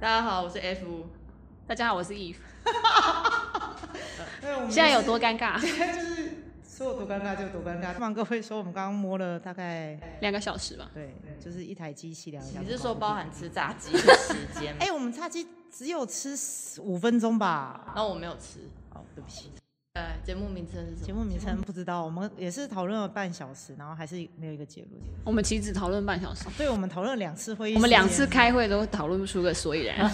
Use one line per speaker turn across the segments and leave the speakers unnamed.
家好，我是 F。
大家好，我是 Eve。
对，哎我们
现在
就
有
是
多尴尬？
现在就是说有多尴尬就有多尴尬。望各位说，我们刚刚摸了大概
两个小时吧。
对，就是一台机器聊一下。
你是说包？含吃炸鸡的时间吗
哎、？我们炸鸡只有吃五分钟吧？
然后我没有吃。
哦，对不起，
呃，节目名称是什
节
么？
目名称不知道，我们也是讨论了半小时，然后还是没有一个结论。
我们其实只讨论半小时，
对，我们讨论了两次会议，
我们两次开会都讨论不出个所以然。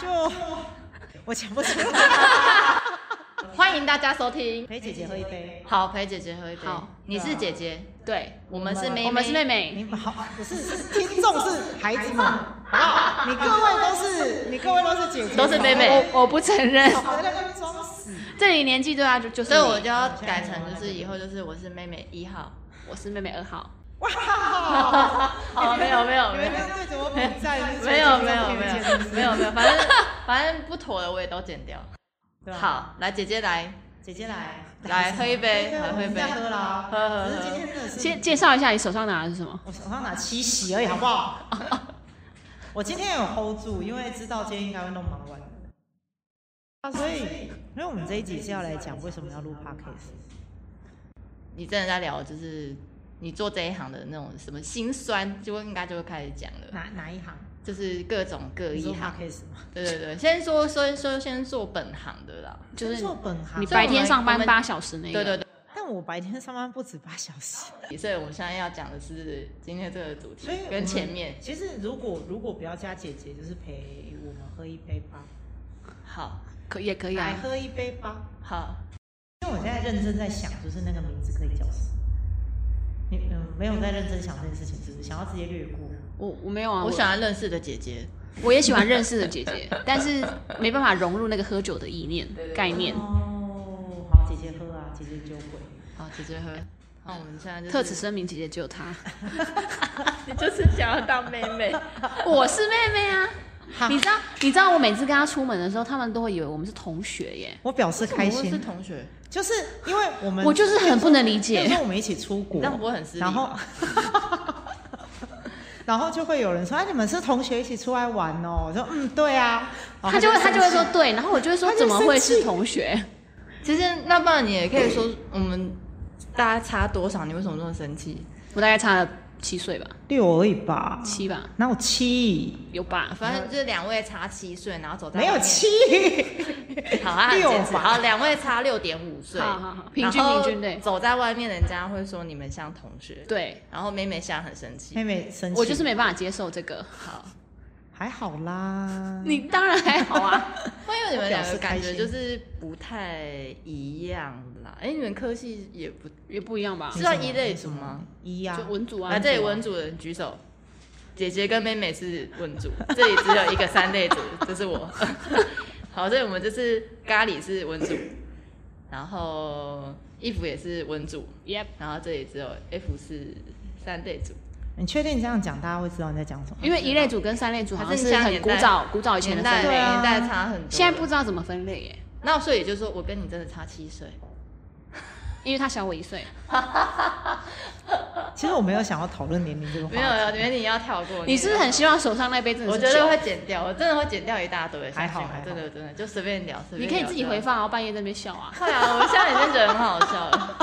就 我讲不出来。
欢迎大家收听。
陪姐姐喝一杯，
好，陪姐姐喝一杯。
好
你是姐姐，
对，
我们是妹妹，
我们是妹妹，
你好，不是是听众是孩子们，好不好？你各位都是，你各位都是姐姐，
都是妹妹
我我不 承认，
还在那边装死。
这里年纪最大就就是
所以我
你
就要改成就是以后就是我是妹妹一号。
我是妹妹二号。
哦，没有没有
你
没有
们这样对着我比赛，就是
没有
觉
没
得
有
我
没
没有
有
见识
没有没有，反正反正不妥的我也都剪掉。
对啊，
好，来姐姐来
姐姐来
来喝一杯，来
我
喝一
们
杯
再。喝啦，
喝喝
只是今天真的是
先介绍一下你手上拿的是什么？
我手上拿七喜而已，好不好？ 我今天有 hold 住，因为知道今天应该会弄忙完。啊，所以，因为我们这一集是要来讲为什么要录 podcast，
你真的在聊就是你做这一行的那种什么心酸，就应该就会开始讲了，
哪哪一行？
就是各种各
你
一
说
行。
podcast 吗？
对对对，先说说说先做本行的啦。
就是
做本行
你，白天上
我
班
们
八小时那个。
对对对，
但我白天上班不止八小时，
所以我们现在要讲的是今天这个主题
所以我，们
跟前面
其实如果如果不要加姐姐，就是陪我们喝一杯吧，
好
可也可以
来
啊。
哎喝一杯吧。
好
因为我现在认真在想，就是那个名字可以叫什么。你嗯，没有在认真想这件事情，是不是？想要直接略过。
我我没有啊，
我喜欢认识的姐姐。
我也喜欢认识的姐 姐，但是没办法融入那个喝酒的意念概念。
哦，好，姐姐喝啊，姐姐酒鬼。
好，姐姐喝。那我们现在就是
特此声明，姐姐只有她，
你就是想要当妹妹。
我是妹妹啊。
好
你知道，你知道我每次跟她出门的时候，他们都会以为我们是同学耶。
我表示开
我是
心，
同学，
就是因为我们，
我就是很不能理
那时
解，
候我们一起出国，
但我很失礼。
然后， 然后就会有人说：“哎，你们是同学一起出来玩哦。”我说：“嗯，对啊。”然后
哦
她就会她
生气
就会说对，然后我就会说
她就
怎么会
生
是
气
同学？
其实那不然你也可以说我们大家差多少，你为什么这么生气？
我大概差了七岁吧，
六而已吧，
七吧，
哪有七？
啊有吧？
反正就是两位差七岁，然后走在
没有
外面
七，
好啊，
六
坚持
吧
好，两位差六点五岁，
好好好平均
然后
平均对
走在外面，人家会说你们像同学，
对，
然后妹妹现在很生气
妹，妹生气，
我就是没办法接受这个。
好，
还好啦。
你当然还好 啊，
会有你们两
我表
个
示
感
开
觉
心
就是不太一样啦。哎，你们科系也不
也不一样吧
知？道一类组吗？
一呀、
就文组啊，
来这里文
文组
组的人举手。姐姐跟妹妹是文组，这里只有一个三类组， 这是我。好，所以我们就是咖喱是文组，然后衣服也是文组，
啊，Yep，
然后这里只有 F 是三类组，
你确定你这样讲，大家会知道你在讲什么？
因为一类组跟三类组好像
还是
是
你像
很
年
古
代
早古早以前的
年
分
代
类，
啊
年代差很多。
现在不，知道怎么分类耶，
那所以也就是说我跟你真的差七岁，
因为他小我一岁。
其实我没有想要讨论年龄这个话题，
啊
没有，没有，哦没有你要跳过。
你是不是很希望手上那杯真的
我
是
觉
酒
得会剪掉，我真的会剪掉一大堆。
还好
相信我
还好
真的真的就随便聊，随
你
便
可以
聊
自己
就
回
好
放，然后半夜在那边笑啊。
会啊，我现在已经觉得很好笑了，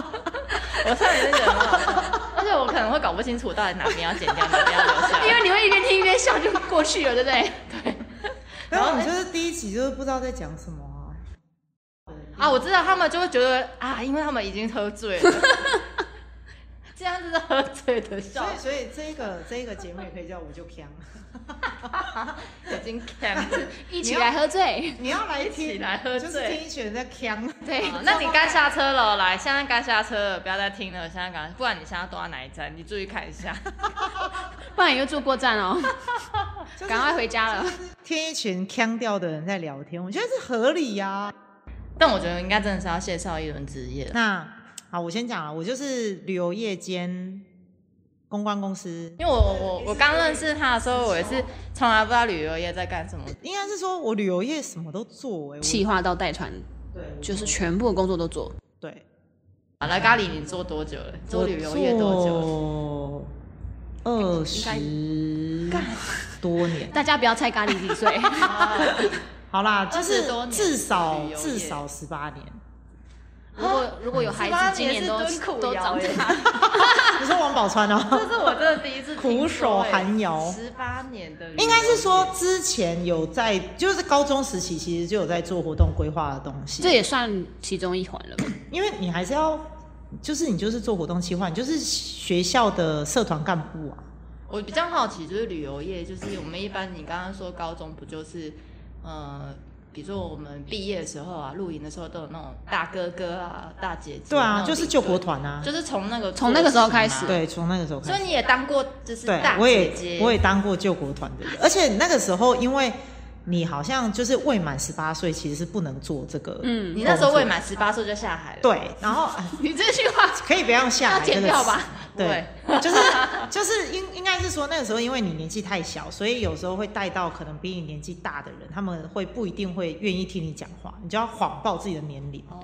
我现在已经觉得很好笑，而且我可能会搞不清楚我到底哪边要剪掉，哪边要留下。
因为你会一边听一边笑就过去了，对不对？
没有，我们就是第一集就是不知道在讲什么啊。
啊，我知道他们就会觉得啊，因为他们已经喝醉了， 这样子是喝醉的笑
所以，所以这个这个节目也可以叫我就 强。
已经 c 了。
一起来喝醉。
你要来
一起
听，
来喝醉
就是听一群人在呛。
对，
好那你该下车了哦，来，现在该下车了，不要再听了，现在赶快，不然你现在都在哪一站？你注意看一下。
不然你就住过站哦，
就是
赶快回家了。
听一群腔调的人在聊天，我觉得是合理啊呀、
但我觉得应该真的是要介绍一轮职业了，
那好，我先讲啊了，我就是旅游业兼公关公司，
因为我我我刚认识他的时候，我也是从来不知道旅游业在干什么。
应该是说我旅游业什么都做、欸，
企划到代传，
对
就是全部的工作都做。
对，
好了，啊咖喱你做多久了？做旅游业多久了？
久？二十，多年。
大家不要猜咖喱几岁，
好啦，就
20
是
多年
至少
旅游业
至少十八 年。
如果如果有孩子，今年
十
都
八年是蹲苦
都
窑
长
哎
欸
大，
你说王宝钏哦，
这是我真的第一次欸
苦守寒窑。
十八年的，
应该是说之前有在，就是高中时期其实就有在做活动规划的东西。
这也算其中一环了吧？
因为你还是要，就是你就是做活动企划，你就是学校的社团干部啊。
我比较好奇，就是旅游业，就是我们一般你刚刚说高中不就是，呃，比如说我们毕业的时候啊，露营的时候都有那种大哥哥啊、大姐姐，
对
那
啊，
种
就是
领
救国
队，
团啊。
就是从那个
从那个时候开
做
始
起嘛
对，从那个时候开
所
始。
以你也当过就是
对
大，
我也
姐姐，
我也当过救国团的 人，而且那个时候因为你好像就是未满十八岁，其实是不能做这个。
嗯
你那时候未。满十八岁就下海了，，
对，然后哎
你这句话
可以不要下来
要剪
这个
掉
词
吧？
啊
对，就是就是应应该是说那个时候，因为你年纪太小，所以有时候会带到可能比你年纪大的人，他们会不一定会愿意听你讲话，你就要谎报自己的年龄，
哦，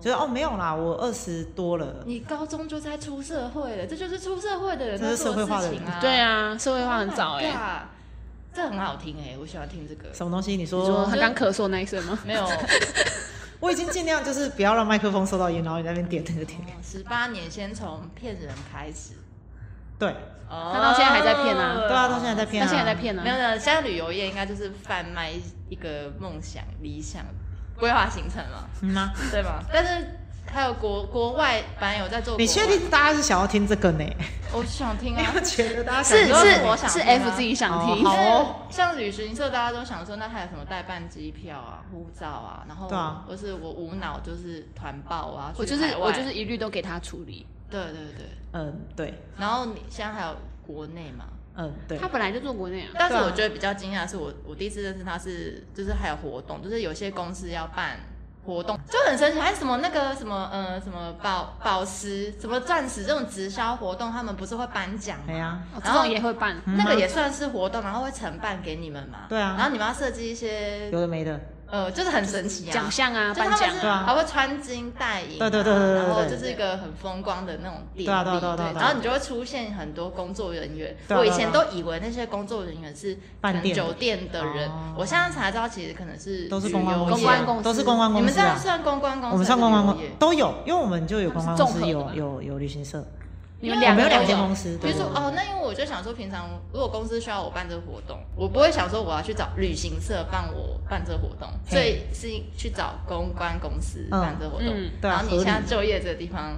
就是哦没有啦，我二十多了，
你高中就在出社会了，这就是出社会的人
这是
在做
社会化的
事情啊，
对啊，社会
Oh
化很
my
早哎、
god，这很好听哎，我喜欢听这个，
什么东西？你
你
说
说他刚咳嗽那一声吗？
没有。
我已经尽量就是不要让麦克风收到音，然后你在那边点那个点，
十八年先从骗人开始，
对
哦
他到现在还在骗啊
对啊，到现在在骗、
他
啊，
现在在骗呢、
没有没有，现在旅游业应该就是贩卖一个梦想、理想、规划行程嘛，
嗯吗？
对吗？但是还有国国外，本来有在做，
你确？定大家是想要听这个呢？
我想听
你
啊，
有觉得大家想
是
很多
是
我想
是
听啊
F 自己想
哦
听，
好
像旅行社，大家都想说，那还有什么代办机票啊、护照啊，然后
对啊
或是我无脑就是团报啊，
我
去
就是
海外
我就是一律都给他处理。
对对对，
嗯对
然后你现在还有国内嘛？
嗯对
他，本来就做国内啊，
但是
对啊
我觉得比较惊讶的是我，我第一次认识他是，就是还有活动，就是有些公司要办活动，就很神奇，还有什么那个什么呃什么宝宝石、什么钻石这种直销活动，他们不是会颁奖
哎
吗？
呀、
哦这
然后
种也会办。
嗯
那个也算是活动，然后会承办给你们嘛？
对啊
然后你们要设计一些
有的没的，
呃，就是很神奇啊，
奖项
就
啊，
是
颁
他
奖
们是
对啊
还会穿金戴银啊，
对对对对对对
然后就是一个很风光的那种典礼，
对啊对啊对啊对啊
然后你就会出现很多工作人员。
对啊
我以前都以为那些工作人员是
饭
可能
店的
酒店的人
哦，
我现在才知道其实可能是
都是
旅
公关
游
公司，啊
公关公司
都是公关
你
公
们
司
这
啊
样。算公关公司？
我们上公关公
还是旅游业
都有，因为我们就有公关公
他
司，
们是综
有
合的
有有旅行社，
你
因
们
为
两
我们有
个都
两
有
间公司。对
比如说哦，那因为我就想说，平常如果公司需要我办这个活动，我不会想说我要去找旅行社帮我办这个活动，
嘿
所以是去找公关公司办这个活动。
嗯
对
然
啊
后
合
你
理
现在就业这个地方，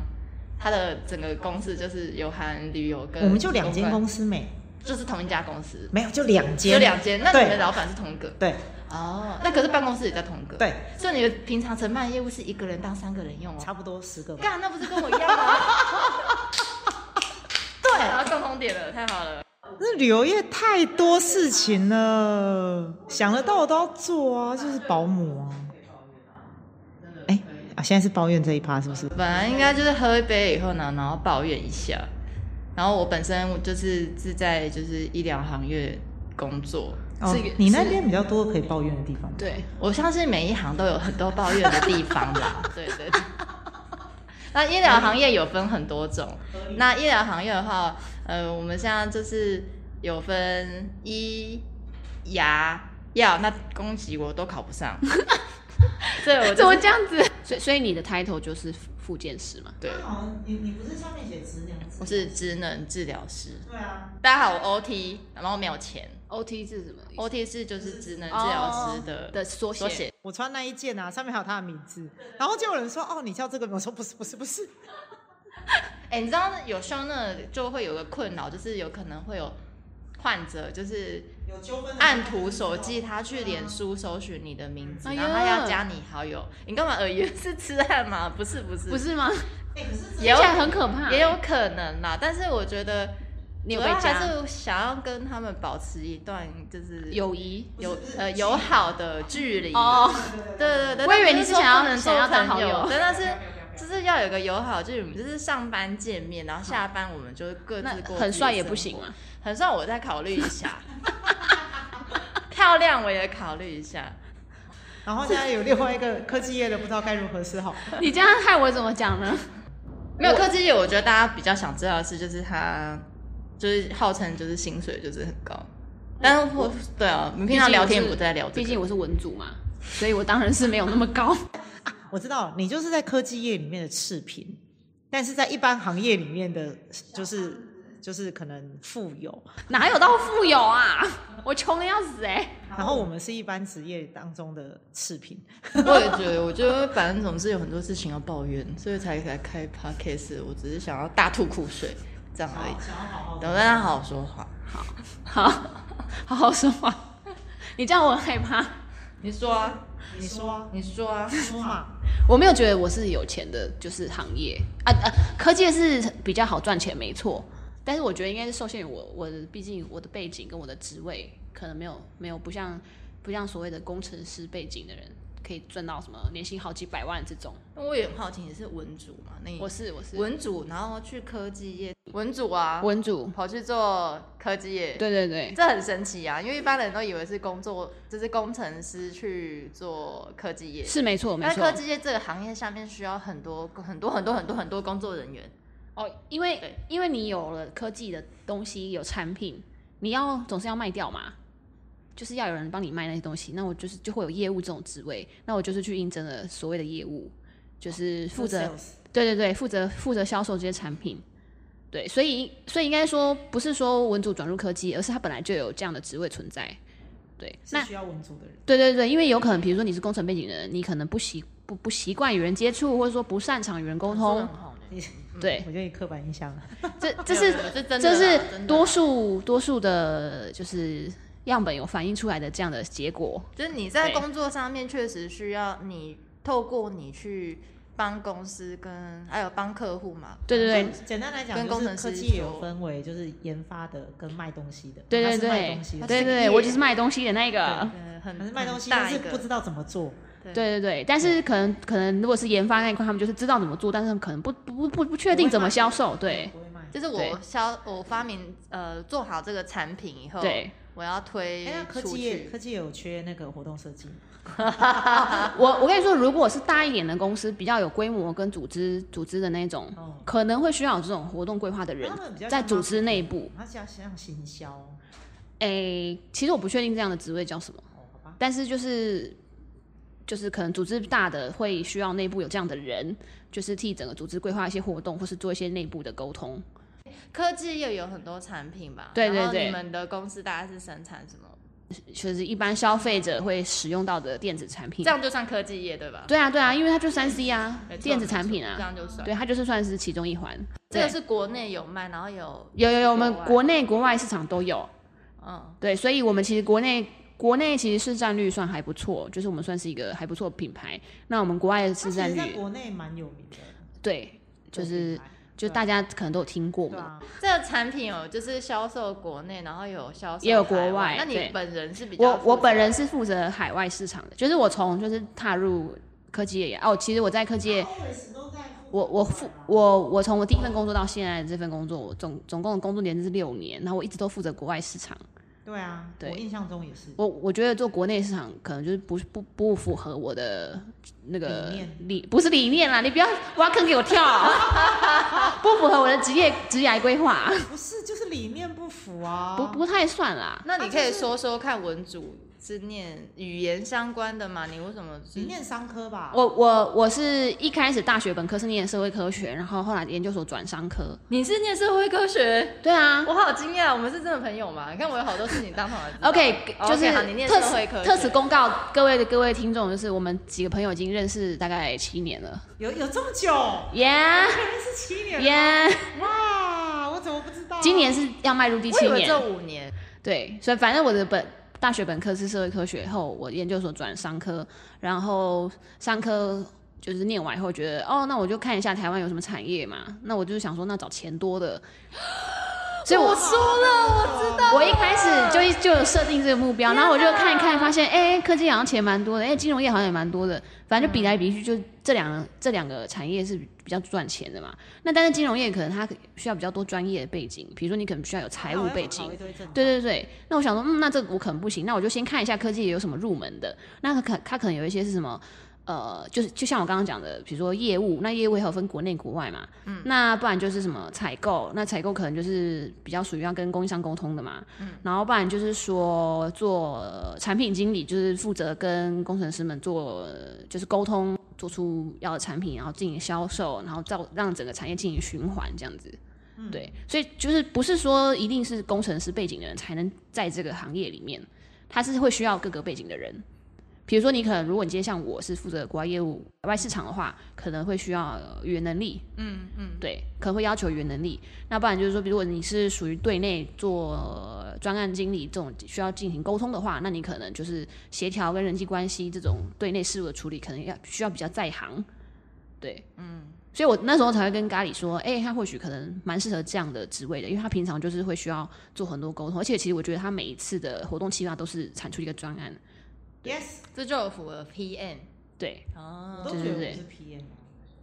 它的整个公司就是有含旅游跟
我们就两间
公
公司没，
关，就是同一家公司，
没有就两间，
有两间。那你们
对
老板是同一个
对
哦，那可是办公室也在同一个，，
对，
所以你的平常承办业务是一个人当三个人用哦。
差不多十个吧。
干，那不是跟我一样 吗？
对，
然后共同点了，太好了。
那旅游业太多事情了，想得到的都要做啊，就是保姆啊。哎啊，现在是抱怨这一趴是不是？
本来应该就是喝一杯以后呢，然后抱怨一下。然后我本身就是是在就是医疗行业工作，
哦
是，
你那边比较多可以抱怨的地方。
对，
我相信每一行都有很多抱怨的地方吧。 对对对。那医疗行业有分很多种，那医疗行业的话，呃，我们现在就是有分医、牙、药，那恭喜我都考不上， 所以我
怎
就
么
是
这样子？所以所以你的 title 就是副健师嘛？
对，
好像哦你你不是上面写职两
我是职能治疗师。
对啊，
大家好，我 OT，然后没有钱。
OT 是什么意思
OT 是就是职能治疗师的、
哦的缩
缩
写
写，
我穿那一件啊，上面还有他的名字，然后就有人说哦，你叫这个吗，我说不是不是不是，
哎、你知道有时候那就会有个困扰，就是有可能会有患者就是
有纠纷的
按图索骥，他去脸书搜寻你的名字，
嗯哎呀
然后他要加你好友，你干嘛耳语是痴汉吗？不是不是
不，是吗？
哎、可是
也
听
有
起来很可怕。
也有可能啦，但是我觉得
你有
主
被
要还
加
是想要跟他们保持一段就是
友谊
有呃友好的距离
哦，
对对对，
我以为你是想要
但不是
想
说
要
不能
当
做
好
朋
友
友，对，但是就是要有个友好距离，我们就是上班见面，然后下班我们就各
那
自过。
很帅也不行，啊。
很帅我再考虑一下，漂亮我也考虑一下。
然后现在有另外一个科技业的，不知道该如何是好。
你这样害我怎么讲呢？
没有科技业，我觉得大家比较想知道的是，就是他就是号称就是薪水就是很高，但是我对啊，我 们平常聊天也不在聊这
毕
个，
竟我是文组嘛，所以我当然是没有那么高。
我知道你就是在科技业里面的赤贫，但是在一般行业里面的，就是就是可能富有。
哪有到富有啊？我穷的要死哎、
然后我们是一般职业当中的赤贫，
我也觉得，我觉得反正总是有很多事情要抱怨，所以才才开 podcast。我只是想要大吐苦水，这样而已。等让哦他好好说话。
好，好好说话。你这样我很害怕。
你说啊，
你说啊，
你说啊，
你说嘛，
我没有觉得我是有钱的，就是行业啊啊，科技是比较好赚钱，没错。但是我觉得应该是受限于我我的，毕竟我的背景跟我的职位可能没有没有不像不像所谓的工程师背景的人可以赚到什么年薪好几百万这种。
那我也很好奇，你是文主嘛？那你
我是我是
文主，然后去科技业，文主啊，
文组，
跑去做科技业，
对对对，
这很神奇啊！因为一般人都以为是工作，就是工程师去做科技业，
是没错没
但
错
科。技业这个行业下面需要很多很多很多很多很多工作人员。
哦，因为
对
因为你有了科技的东西，有产品，你要总是要卖掉嘛，就是要有人帮你卖那些东西。那我就是就会有业务这种职位，那我就是去应征了所谓的业务，就是
哦
负责，对对对，负责负责销售这些产品。对，所以所以应该说不是说文组转入科技，而是他本来就有这样的职位存在。对，那
是需要文组的人。
对对对，因为有可能，比如说你是工程背景的人，你可能不习不不习惯与人接触，或者说不擅长与人
说
沟
得
通
很。好呢
你
对，
我觉得你刻板印象了。啊
这 这是
这真的啦，
这是
真的
多，数多数的，就是样本有反映出来的这样的结果。
就是你在
对
工作上面确实需要你透过你去帮公司跟还有帮客户嘛，
对对对，
简单来讲，
跟
就
工
是
程
科
师
技也有
说
分为，就是研发的跟卖东西的。
对
它
对
是卖东西
对
的，
对对，
业
我就是卖东西的那个。
呃，
可
很
是卖东西，
很
但
大一
是
个
不知道怎么做。
对
对对对，但是可能可能如果是研发那一块，他们就是知道怎么做，但是他们可能不不不不确定怎么销售。对
不会卖。
就是
对
我销我发明呃做好这个产品以后，
对，
我要推
哎，那科
出
技业
去
科。技有缺那个活动设计吗，
我我跟你说，如果是大一点的公司，比较有规模跟组织组织的那种，
哦，
可能会需要有这种活动规划的人
他们比较
在
像
组
marketing
织内部。
它像像行销。
诶，其实我不确定这样的职位叫什么。
哦，好吧。
但是就是就是可能组织大的会需要内部有这样的人，就是替整个组织规划一些活动，或是做一些内部的沟通。
科技业有很多产品吧？
对对
然后
对
你们的公司大概是生产什么？
就是一般消费者会使用到的电子产品
这。样就算科技业对吧？
对啊，对啊，因为它就三 C 啊
没，错
电子产品
没错这
啊，
样就算。
对，它就是算是其中一环。
这个
对
是国内有卖，然后有
有有有，我们
国外
国内国外市场都有。
嗯，
对，所以我们其实国内国内其实市占率算还不错，就是我们算是一个还不错的品牌。那我们国外
它
的市
其实
占
在
率，
国内蛮有名的，
对，就
这个品
是
牌
就大家可能都有听过
对
嘛。
啊，
这个产品有就是销售国内，然后有销售
也有
海
国外
那你
对
本人是比较
我
负责
我本人是负责海外市场的，就是我从就是踏入科技业哦，其实我在科技业，我我负我我从我第一份工作到现在的这份工作，我总总共工作年资是六年，然后我一直都负责国外市场。
对啊，
对
我印象中也 是。
我我觉得做国内市场可能就是不不不符合我的那个
理念
理不是理念啦，你不要挖坑给我跳，啊 不符合我的职业职业规划，啊
不是，就是理念不符啊。
不不太算啦。
那你
他
可以
就是
说说看文组是念语言相关的吗？你为什么是
嗯
你念商科吧？
我我我是一开始大学本科是念社会科学，然后后来研究所转商科。
你是念社会科学？
对啊，
我好惊讶，我们是真的朋友吗？你看我有好多事情当场才知道
OK，
哦
就是
OK，好，你念社
特
会
此
科学
特此公告各位的各位听众，就是我们几个朋友已经认识大概七年了
有有这么久？
，Yeah
认识七年了
Yeah，
哇，我怎么不知道？
今年是要迈入第
我以
七
为
年
这，五年
对，所以反正我的本大学本科是社会科学，后我研究所转商科，然后商科。就是念完以后觉得，哦，那我就看一下台湾有什么产业嘛。那我就是想说，那找钱多的。所以我
说了，我知道。
我一开始就一就有设定这个目标，然后我就看一看，发现哎、科技好像钱蛮多的，哎、金融业好像也蛮多的，反正就比来比去，就这两这两个产业是比较赚钱的嘛。那但是金融业可能它需要比较多专业的背景，比如说你可能需要有财务背景
那我要考一，堆证照
对对对，那我想说，嗯，那这个我可能不行，那我就先看一下科技有什么入门的。那它可它可能有一些是什么，呃，就是就像我刚刚讲的，比如说业务，那业务还有分国内国外嘛，嗯，那不然就是什么采购，那采购可能就是比较属于要跟供应商沟通的嘛，嗯，然后不然就是说做呃产品经理，就是负责跟工程师们做呃就是沟通，做出要的产品，然后进行销售，然后造让整个产业进行循环这样子。
嗯
嗯
对，所以就是不是说一定是工程师背景的人才能在这个行业里面，他是会需要各个背景的人。比如说，你可能如果你今天像我是负责国外业务、海外市场的话，可能会需要呃语言能力，
嗯嗯，
对，可能会要求语言能力。那不然就是说，比如果你是属于对内做呃专案经理这种需要进行沟通的话，那你可能就是协调跟人际关系这种对内事务的处理，可能要需要比较在行。对，嗯，所以我那时候才会跟咖喱说，哎、他或许可能蛮适合这样的职位的，因为他平常就是会需要做很多沟通，而且其实我觉得他每一次的活动计划都是产出一个专案。
Yes，
这就有符合 PM
对，
我
哦。
都
对
觉得
对
我
对
是 PM，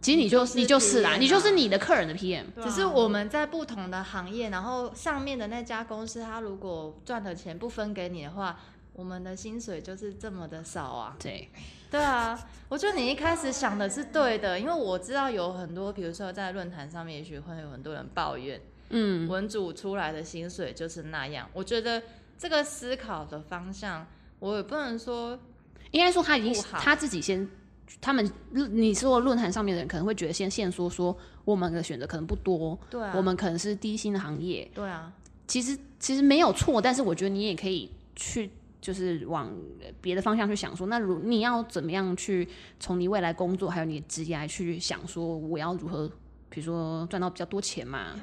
其实你就
你
你
就
就是是啦，
PM
你就是你的客人的 PM。
对啊
只是我们在不同的行业，然后上面的那家公司，他如果赚的钱不分给你的话，我们的薪水就是这么的少啊。
对，
对啊，我觉得你一开始想的是对的，因为我知道有很多，比如说在论坛上面，也许会有很多人抱怨
嗯，
文主出来的薪水就是那样。我觉得这个思考的方向，我也不能说
应该说他已经
不好
他自己先，他们你说论坛上面的人可能会觉得先限缩说我们的选择可能不多，
对啊，
我们可能是低薪的行业，
对啊，
其实其实没有错，但是我觉得你也可以去，就是往呃别的方向去想说，那如你要怎么样去从你未来工作还有你的职业来去想说，我要如何，比如说赚到比较多钱嘛？
哎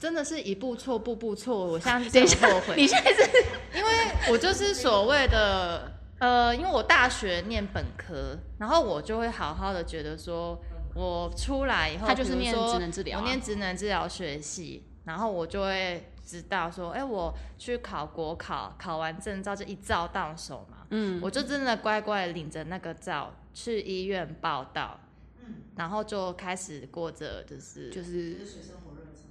真的是一步错步步错。我现在
等一
是
下
很后悔，
你现 在是
因为 我就是所谓的呃，因为我大学念本科，然后我就会好好的觉得说，我出来以后，
他就是
比如
念
说
职能治疗、
我
啊
念，职能治疗学系，然后我就会知道说，哎、我去考国考，考完证照就一照到手嘛，
嗯，
我就真的乖乖地领着那个照去医院报到，然后就开始过着就是
嗯就是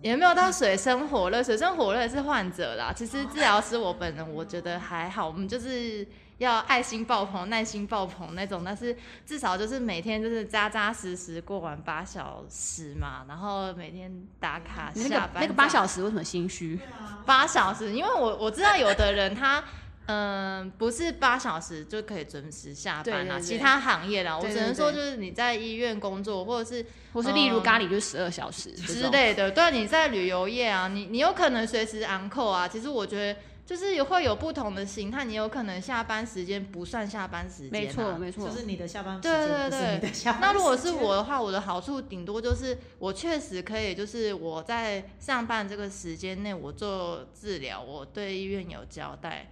也没有到水深火热，水深火热是患者啦。其实治疗师我本人我觉得还好，我们就是要爱心爆棚、耐心爆棚那种，但是至少就是每天就是扎扎实实过完八小时嘛，然后每天打卡
那
下
个
班。
那个八小时为什么 心虚？
八小时，因为我我知道有的人他。嗯，不是八小时就可以准时下班啦。
对对对
其他行业啦，我
对
只
对
能说
对
就是你在医院工作，或者是
或是例如
嗯
咖喱就是十二小时这
之
种，
类的。对，啊你在旅游业啊，你你有可能随时 on call 啊。其实我觉得就是有会有不同的形态，你有可能下班时间不算下班时间、啊，
没错没错
就，是你的下班时
对
间，不
对
是你
对
的下班时间。
那如果是我的话，我的好处顶多就是我确实可以，就是我在上班这个时间内我做治疗，我对医院有交代。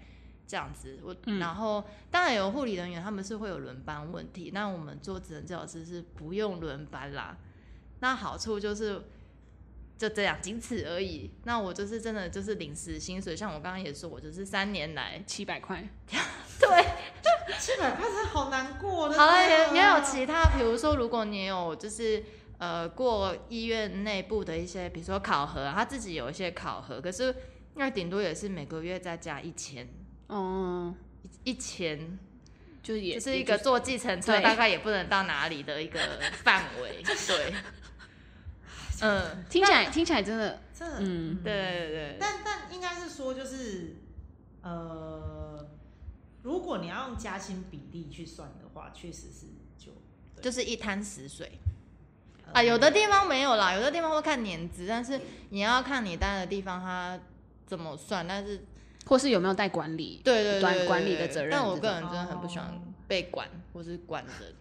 这样子，我、
嗯
然后当然有护理人员，他们是会有轮班问题。那我们做职能治疗师是不用轮班啦。那好处就是就这样，仅此而已。那我就是真的就是临时薪水，像我刚刚也说，我就是三年来
七百块，
对
七百块真的好难过的。嗯
好了，也也有
钱。
其他，比如说，如果你有就是呃过医院内部的一些，比如说考核啊，他自己有一些考核，可是那顶多也是每个月再加一千，
嗯，
一千，
就是也
就是一个坐计程车
对
大概也不能到哪里的一 个范围，对，嗯，
听起来听起来真的，
真的
嗯。
对对对对，
但但应该是说，就是呃，如果你要用加薪比例去算的话，确实是就
就是一滩死水。
呃
啊，有的地方没有啦，有的地方会看年资，但是你要看你待的地方它怎么算，但是
或是有没有带管理？
对对对
管
对对
管理的责任
但我
这
个
种
人真的很不喜欢
哦
被管或是管人，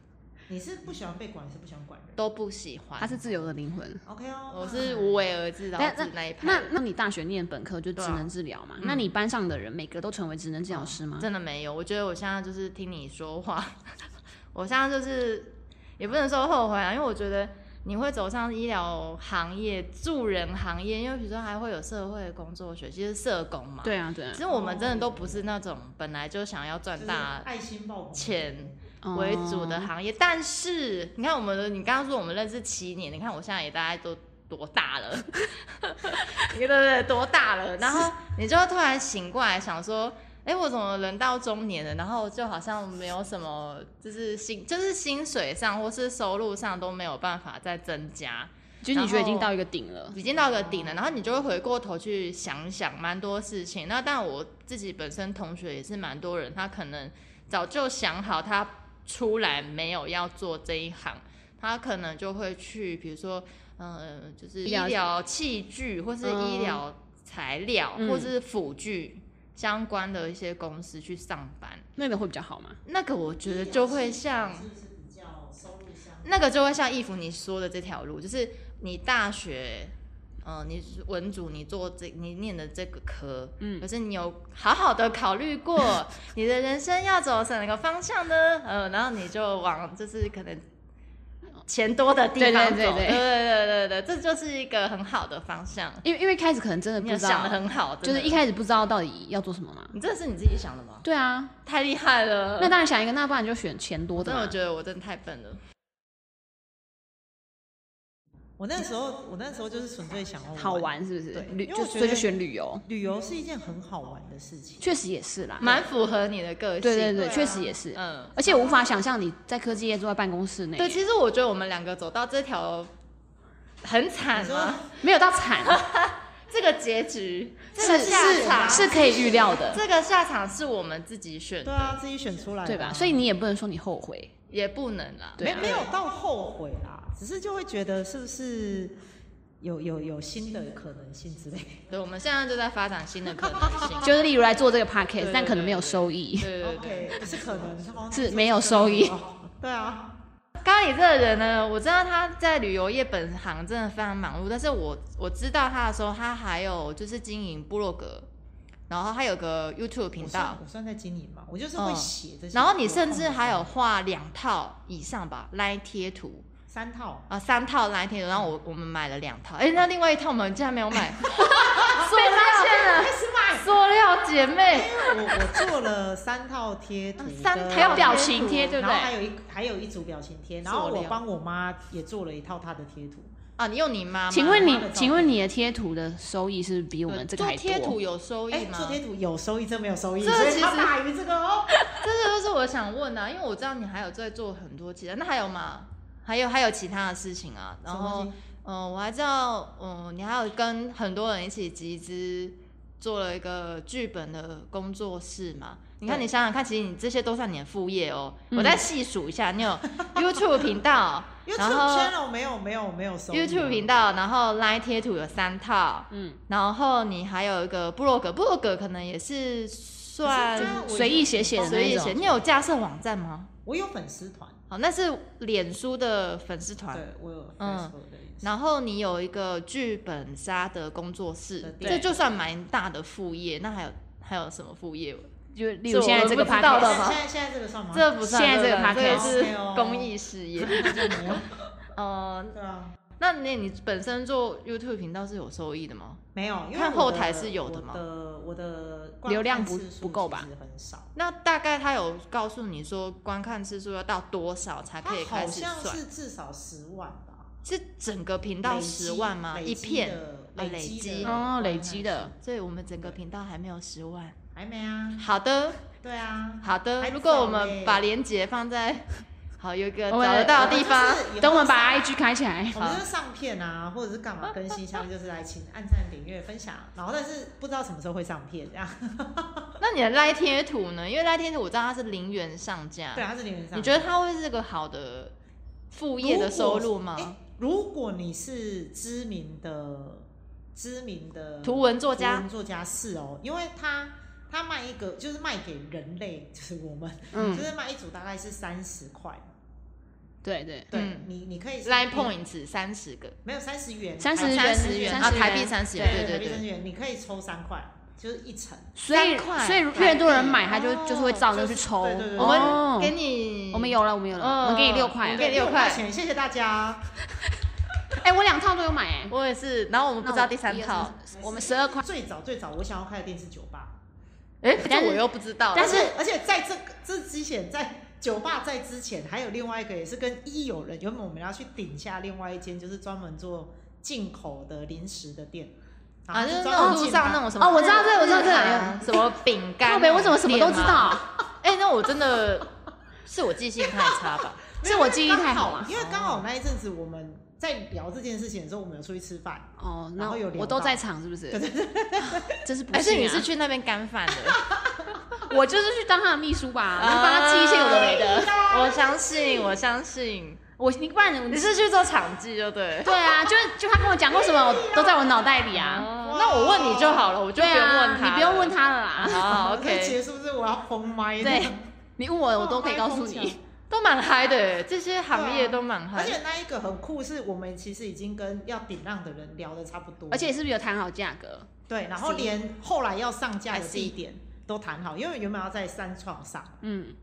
你是不喜欢被管，还是不喜欢管人
都不喜欢。
他是自由的灵魂。
？OK 哦，
我是无为而治然
但
后自那一派
那
的，
那你大学念本科就
对
职
啊
能治疗嘛？
嗯
那你班上的人每个都成为职能治疗师吗？
真的没有。我觉得我现在就是听你说话， 我现在就是也不能说后悔啊，因为我觉得。你会走上医疗行业、助人行业，因为比如说还会有社会工作学，其实社工嘛。。
对啊，对啊
其。实我们真的都不是那种本来就想要赚
就是
大
爱心爆棚
钱为主的
哦
行业。但是你看我们的，你刚刚说我们认识七年，你看我现在也大概都多大了， 对对对，多大了？然后你就突然醒过来，想说，哎、哎、我怎么人到中年了，然后就好像没有什么，就是薪，就是薪水上或是收入上都没有办法再增加，
就是你觉得已经
然后
到一个顶了，
已经到个顶了，然后你就会回过头去想想蛮多事情。那但我自己本身同学也是蛮多人，他可能早就想好他出来没有要做这一行，他可能就会去，比如说，呃，就是
医
医
疗
疗器具或是
嗯
医疗材料、
嗯
或是辅具相关的一些公司去上班。
那个会比较好吗？
那个我觉得就会像
是不是比较收入相？
那个就会像义父你说的这条路，就是你大学，嗯、你文组你做这你念的这个科，
嗯
可是你有好好的考虑过你的人生要走哪个方向呢？呃，然后你就往就是可能钱多的地方走，
对对对对
对对对对对，这就是一个很好的方向，
因为因为开始可能真的不
你有
知
想的
道，
很好，真
就
的
是一开始不知道到底要做什么嘛。
你这是你自己想的吗？
对啊，
太厉害了，
那当然想一个，那不然就选钱多
我
的
真的
嘛。
觉得我真的太笨了，
我那时候，我那时候就是纯粹想要
好。玩是不是
对？
旅
因为
就
我觉
所以就
得
选旅游，
旅游是一件很好玩的事情，
确实也是啦。
蛮符合你的个性，
对对对，
啊
确实也是。
嗯。
而且我无法想象你在科技业坐在办公室内，
对，其实我觉得我们两个走到这条很惨吗？
没有到惨，
这个结局， 这
是
个下
是
场，
是可以预料的，
这个下场是我们自己选
对
的，
啊，自己选出来的啊
对吧？所以你也不能说你后悔，
也不能啦。
对啊
没没有到后悔啦，只是就会觉得是不是有有有新的可能性之类的。
对，我们现在就在发展新的可能 性。
就是例如来做这个 podcast，
对
但可能没有收益。
对对对。
OK，不是可能，哦好像
是没有收益。
对啊，
咖喱这个人呢，我知道他在旅游业本行真的非常忙碌，但是我我知道他的时候，他还有就是经营部落格，然后他有个 YouTube 频
我
道嗯
算，我算在经营嘛，我就是会写这些。
然后你甚至还有画两套以上吧，来贴图。
三套，
啊，三套蓝天，然后我我们买了两套，哎、那另外一套我们竟然没有 买，
啊
塑料
开始买。
塑料姐
因
妹，
为我我做了三套贴图
嗯，三
跟
还有
表情贴对不
然
对
后还有一还有一组表情贴，然后
塑
我
料
帮我妈也做了一套她的贴图，
啊，你用你妈妈？
请问
妈
你
妈的，照
请问你的贴图的收益是比我们这个
做
还
贴
多
图？有收益
哎，
吗？
做贴图有收益，这没有收益，
这
所以
其
它
实
大于这个哦。
这个就是我想问啊，因为我知道你还有在做很多其他，那还有吗？还有还有其他的事情啊，然
什么东
后
西
嗯、呃我还知道，嗯、你还有跟很多人一起集资做了一个剧本的工作室嘛？你看，
对
你想想看，其实你这些都算你的副业哦。
嗯
我再细数一下，你有 YouTube 频道，然
YouTube
后
channel 没有没有没有
啊
收益啊
YouTube 频道，然后 Line 贴图有三套，
嗯，
然后你还有一个 blog，blog 可能也是
可是
算
我
随意写写的那
啊随意
种
写。你有架设网站吗？
我有粉丝团，
好，那是脸书的粉丝团，
对我有
嗯
Facebook 的
然后你有一个剧本杀的工作室，
对
这就算蛮大的副业。那还有还有什么副业？
嗯
就例如
是我
现在这个
不知道
podcast，
的
现
吗
在现在这个算吗？
这不算，
现在这
这
个 podcast
是
OK 哦
公益事业。
这没有，
呃，
对啊，
那那你本身做 YouTube 频道是有收益的吗？
没有，因为
看
我
后
的
台是有的吗
我的我的观
流量
看
不
次数
不够吧
其实很少，
那大概他有告诉你说观看次数要到多少才可以
它好
开始
像
算？
是至少十万吧，
是整个频道
累
十
积
万吗？
累
一
积
片？
的
啊
累
累
积
积
的
哦，
观
累
看
积
数
的，
所以我们整个频道还没有十万。
还没啊，
好的，
对啊，
好的。
还早
如果我们
嘞
把链接放在好有一个
我
找
们
得到的地方，
就是以后
等我们把
上
IG 开起来。
我们就是上片啊，或者是干嘛更新下面就是来请按赞、订阅、分享，然后但是不知道什么时候会上片这样。
那你的赖贴图呢？因为赖贴图我知道它是零元上架，
对，它啊是零元上。
你觉得它会是个好的副业的收入吗？
如果诶如果你是知名的知名的
图文作家
图文作家是哦，因为他他卖一个就是卖给人类，就是我们，
嗯
就，是卖一组大概是三十块。
对对，
对、
嗯
你，你可以是
Line Points 三十个，
没有三十元，
30
啊
元
十元啊，
30元
台币三十元，
对
对对
三十
对。
元，你可以抽三块，就是一层。
所
三
以
块
所以
台
越多人
币
买，他就
哦
就是会照着
就
去
是
抽。
对对对
我
哦
们给你，
我们，有了，我们有了，我们给你
嗯
六块
我
啊
给。你六块
钱，谢谢大家。
哎，我两套都有买哎。
我也是。然后我们不知道第三套，
那我，我们十二块。
最早最早，我想要开的店是酒吧，
哎，这
但是
我又不知道了。
但
而
是
且而且在这个这之前，在酒吧在之前还有另外一个也是跟一友人，原本我们要去顶下另外一间，就是专门做进口的零食的店，
啊，就是
装
那种
进
路上
吧
那种什么
哦我知道这个我知道
日
这个
韩什么饼干
靠
啊，
北，我怎么什么都
面
知
啊
道？
哎、那我真的是我记性太差吧？
是我记忆太好
了
了。
因为刚好那一阵子我们在聊这件事情的时候，我们有出去吃饭，
哦，
然
那
后有聊
我都
到
在场，是不是？对对 对，真是不
还是
幸
你
啊
是去那边干饭的？
我就是去当他的秘书吧，我就帮他记一些有的没的。
我相信，我相信
我你不然
你
你
是去做场记就对。
对啊，就是就他跟我讲过什么，我都在我脑袋里啊。
哦那我问你就好了，我就
对
不用
啊
问，他、
你不用问。他了啦。
所
好
以其
，OK，
实是不是我要封麦？
哦对，你问我我都可以告诉
哇我还疯
你。
都蛮嗨的，这些行
对
业
啊
都蛮
而
嗨。
且那一个很酷，是我们其实已经跟要顶浪的人聊的差不多，
而且是不是有谈好价格？
对，然后
See
连后来要上架
I
的
see
地点都谈好，因为原本要在三创上，
嗯，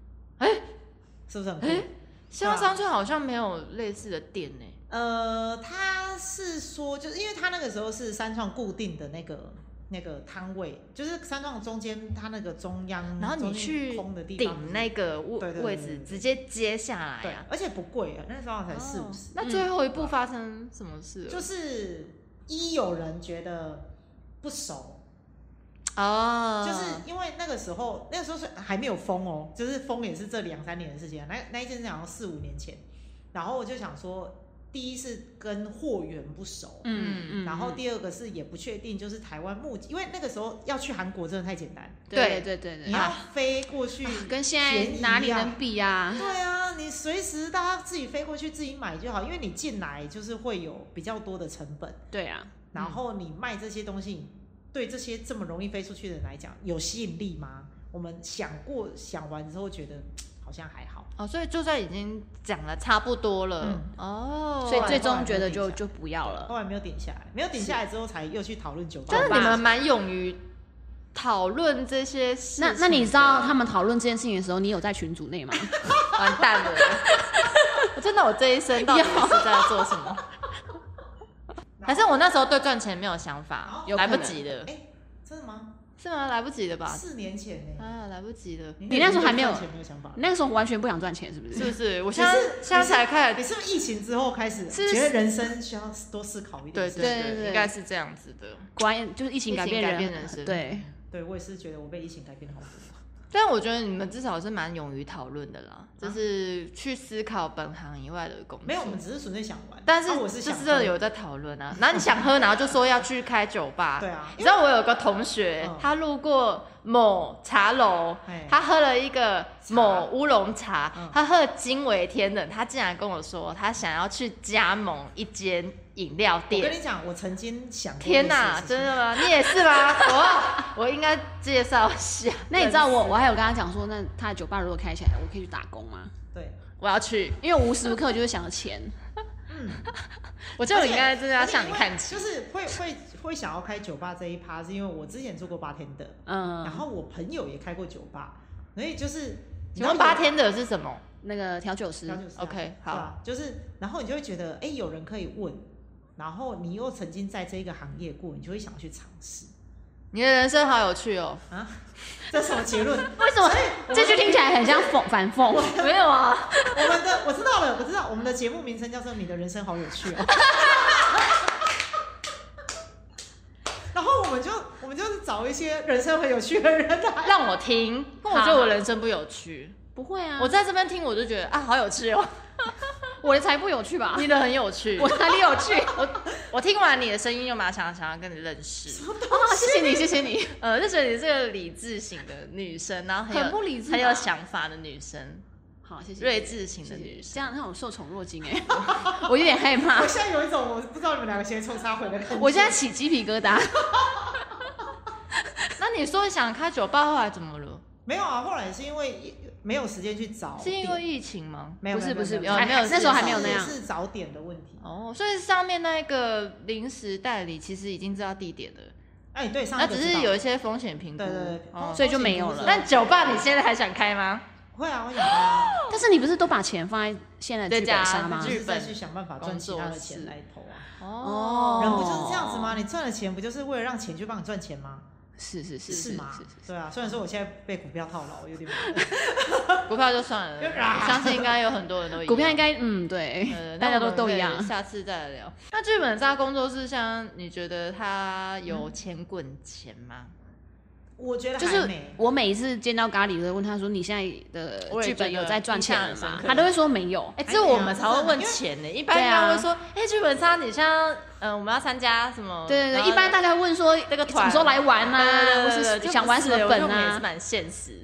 是不是很酷？
哎、希望商圈好像没有类似的店呢、
呃，他是说，就是因为他那个时候是三创固定的那个那个摊位，就是三创中间它那个中央，
然后你
嗯中间
去
空的地方
顶那个
对对
位
对
位
对
置
对，
直接接下来
对
啊，。
而且不贵啊，那时候才四五
哦
十，嗯
那最后一步发生什么事了？
就是一有人觉得不熟，
嗯
哦，
就是因为那个时候，那个时候是还没有封哦，就是封也是这两三年的事情啊。那那一件事好像四五年前，然后我就想说，第一是跟货源不熟，
嗯嗯，
然后第二个是也不确定，就是台湾目，因为那个时候要去韩国真的太简单，
对对对对
你要飞过去，
对，跟现在哪里能比啊？
对啊，你随时大家自己飞过去自己买就好，因为你进来就是会有比较多的成本，
对啊，
然后你卖这些东西，对这些这么容易飞出去的人来讲，有吸引力吗？我们想过想完之后，觉得好像还好。
哦，所以就算已经讲了差不多了，
嗯
哦，
所
后
以
来
最
后来
终觉得
没
就
有比
就不要了。
后来没有顶下来，没有顶下来之后，才又去讨论酒吧。
但是你们蛮勇于讨论这些事情
那
的
那你知道他们讨论这件事情的时候，你有在群组内吗？
完 蛋了，我真的我这一生到底是在做什 么？还是我那时候对赚钱没有想法，
有
哦来不
可能
及了，
哎，真的吗？
是吗？来不及了吧？
四年前呢？
啊，来不及了，
你那时候还没有
对赚钱没有想法
你。那个时候完全不想赚钱，是不
是
是？
不是？我现在
你是
现在才开
你
始，
哎是不是疫情之后开始
是不是
觉得人生需要多思考一
对
点？
对
对对
应该是这样子的。
果然就是疫情
疫情
改变
改
人，
变人生
对，
对，我也是觉得我被疫情改变了好多。
但我觉得你们至少是蛮勇于讨论的啦，就是去思考本行以外的工作。
没有，我们只是纯粹想玩。
但是
啊我是
就
想
是真的
喝
有在讨论啊，然后你想喝，然后就说要去开酒吧。
对啊
你知道我有个同学
嗯，
他路过某茶楼
嘿，
他喝了一个某乌龙茶
嗯，
他喝得惊为天人，他竟然跟我说他想要去加盟一间饮料
我跟
店。
你讲，我曾经想过
天
哪
哪，，真的吗？你也是 吗？我我应该介绍一下。
那你知道我我还有跟他讲说，那他的酒吧如果开起来，我可以去打工吗？
对。
我要去，
因为我无时无刻就是想着钱，
我觉
而
得我
且
应该真的要向你看
而
齐
且因为就是会会会想要开酒吧这一趴，是因为我之前做过八天的，然
嗯，
后我朋友也开过酒吧，所以就是你
请问八天的是什么
那个调酒师，
就是、
？OK，
对
好，
啊，就是然后你就会觉得，哎、有人可以问，然后你又曾经在这个行业过，你就会想要去尝试
你的人生好有趣哦。
啊。这什么结论？
为什么这句听起来很像讽反讽？没有啊，
我们的我知道了，我知道我们的节目名称叫做《你的人生好有趣》哦。 然后我们就我们就是找一些人生很有趣的人来。
让我听，因为我觉得我人生不有趣。
不会啊，
我
我
在这边听，我就觉得啊，好有趣 哦，
我的才不有趣吧？
你的很有趣。
我
我
哪里有趣？哦
我我听完你的声音，又马上想要跟你认识。
啊，谢谢你，谢谢你，
呃，就觉得你是个理智型的女生，然后很有
很不理智啊吧
很有想法的女生，
好，谢谢
睿智型的
谢
女
谢，
生。
这样让我受宠若惊哎，我有点害 怕
我，现在有一种我不知道你们两个先冲插回的感觉。
我现在起鸡皮疙 瘩。
那你说想开酒吧，后来怎么了？
没有啊，后来是因为没有时间去找
是
店，
因为疫情吗？
没有
不是
没有
不是
没有
不是
哦没有
那时候还没有
那样
是找点的问题。
哦，所以上面那个临时代理其实已经知道地点了，
哎，对，上
那
一个
只
知道
是有一些风险评估。
对对对，
哦
所以就没有了
那酒吧你现在还想开吗？
会啊，我想啊，
但是你不是都把钱放在现在的啊剧
在家
本杀吗
就？
剧
是再
本
去想办法赚其他的钱
工作室
来投啊。
哦
哦
哦人不就是这样子吗？你赚了钱，不就是为了让钱去帮你赚钱吗？
是是是
是
是
吗？
是
对啊，虽然说我现在被股票套牢，我有点麻烦
股票就算了，相信应该有很多人都一样
是，股票应该嗯对
呃，，
大
那我
家都
们
都
可
一
以
样。
下次再聊。那剧本杀工作室，像你觉得它有钱滚钱吗？
我觉得
就
还
是
没。
我每一次见到咖喱，都会问他说：“你现在的
我也
剧
觉得
本有在赚钱了
印象很
吗
深？”刻
他都会说没有。
哎、
还
这
没
我
啊
们
不
才会
是
问
因为
钱呢、一般
对
人家
啊
会说，哎、剧本杀你像，嗯、我们要参加什么？
对对
然
对，
后
一般大家会问说：“
这个
哎什么
团
时候来玩
对
啊？
对
或
对对
是
就
想
不
玩什
是
么
我觉
本
得我们也是
啊
蛮现实。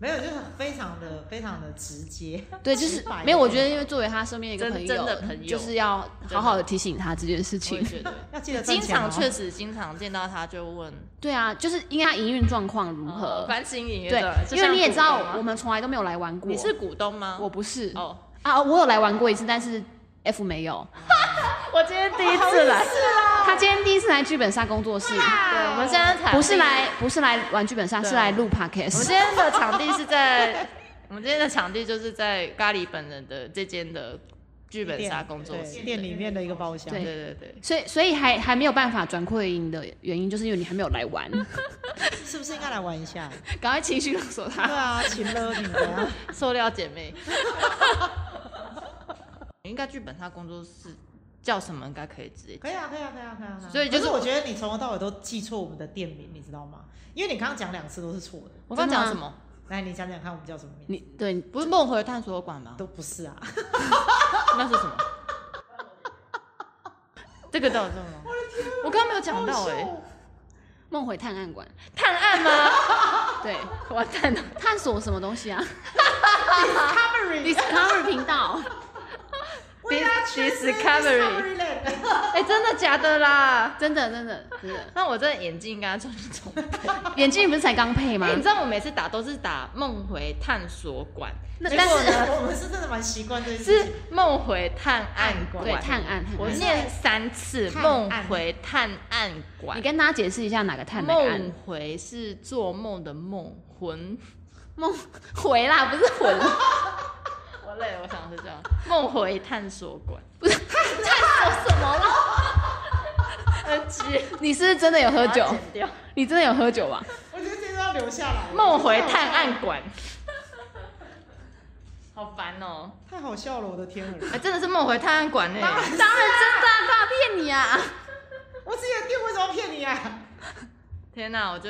没有，就是非常的非常的直接。？”
对，就是
直白的
没有。我觉得因为作为他身边一个
真
朋
真
友
的朋友
就是要好好的提醒他这件
我
事
也
情。
觉得，
要记得赚
经
钱哦
常确实经常见到他就问
对啊，就是应该营运状况如
呃
何？
反省营业
对
的，就
因为
像
你也知
股东
道，
吗
我们从来都没有来玩过。
你是股东吗？
我不是
哦，
啊，我有来玩过一次，但是 F 没有。
我今天第一次来，
他今天第一次来剧本杀工作室。
对，我们现在才
不是 来不是来玩剧本杀，
对啊
是来录
我们
podcast。
今天的场地是在， 我们今天的场地就是在咖喱本人的这间的剧本杀工作室
对店里面的一个包厢。
对
对
对对，
所以，所以还还没有办法转扩音的原因，就是因为你还没有来 玩，
是不是应该来玩一下？
赶快情绪勒索
对
他。
啊，请了你们啊。
对塑料姐妹。 应该剧本杀工作室叫什么？应该可以直接
可以啊，可以啊，可以啊，可以啊。可啊
所以就是
可是我觉得你从头到尾都记错我们的店名，你知道吗？因为你刚刚讲两次都是错的。
我刚刚讲什么？
来，你讲讲看，我们叫什么名字？
你对
不是梦回探索馆吗？
都不是啊，
那是什么？ 这个到底是什么？我刚刚没有讲
欸
到哎、
梦回探案馆，
探案吗？
对，
完蛋了！
探索什么 东西啊
Discovery，
？Discovery 频道，
We are choosing
Discovery
Discoveryland
哎、真的假的啦？
真的真的真的，
那我这眼镜应该重新重
眼镜不是才刚配吗
哎、？你知道我每次打都是打梦回探索馆，
那
结
但
果
是
呢
我们是真的蛮习惯这件事
是
情。
梦回探案馆。
对，探案探
我
案，
念三次
探
梦
案
回探案馆
你。跟大家解释一下哪个探哪个
梦
案？
回是做梦的梦，魂。
梦 回啦，不是魂，
我累，我想睡觉。梦回探索馆，
探索什么啦？
呃，接
你是不是真的有 喝酒
把它？剪掉。
你真的有喝酒吧？
我觉得这都要留下来。
梦回探案 馆，好烦哦、
太好笑了，我的天
哎、
儿！
真的是梦回探案馆哎、
当然真的啊，他骗你啊！
我自己的店为什么要骗你啊？
天哪，我就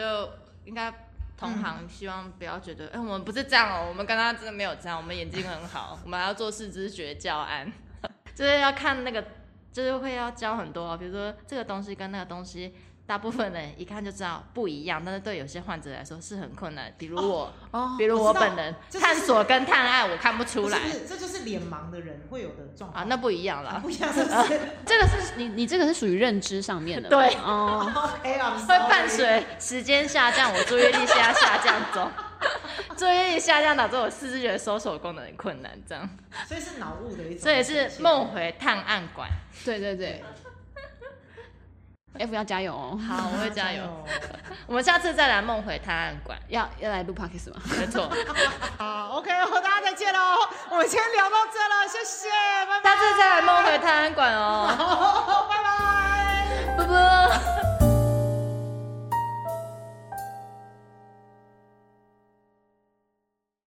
应该
嗯
同行，希望不要觉得，哎、我们不是这样哦、我们刚刚真的没有这样，我们眼睛很好，我们还要做四肢觉教案， 就是要看那个，就是会要教很多哦、比如说这个东西跟那个东西。大部分人一看就知道不一样，但是对有些患者来说是很困难。比如我，
哦
比如
我
我
知道
本人，
这就是
探索跟探案我看不出来
不是不是这就是脸盲的人会有的状
啊，
况
那不一样啦。
不一样，是不是
这个是你你这个是属于认知上面的吗，
对
哦，
？OK 啊，
会伴随时间下降，我注意力下下降中，注意力下降导致我视觉搜索功能很困难，这样，
所以是脑雾的一种，
所以是梦。回探案馆。
对对对。F 要加油哦，
好，我会加油。！我们下次再来梦回探案馆，
要要来录 podcast 吗？
没错，
好，OK，哦大家再见喽！我们先聊到这了，谢谢，拜拜。
下次再来梦回探案馆哦。
好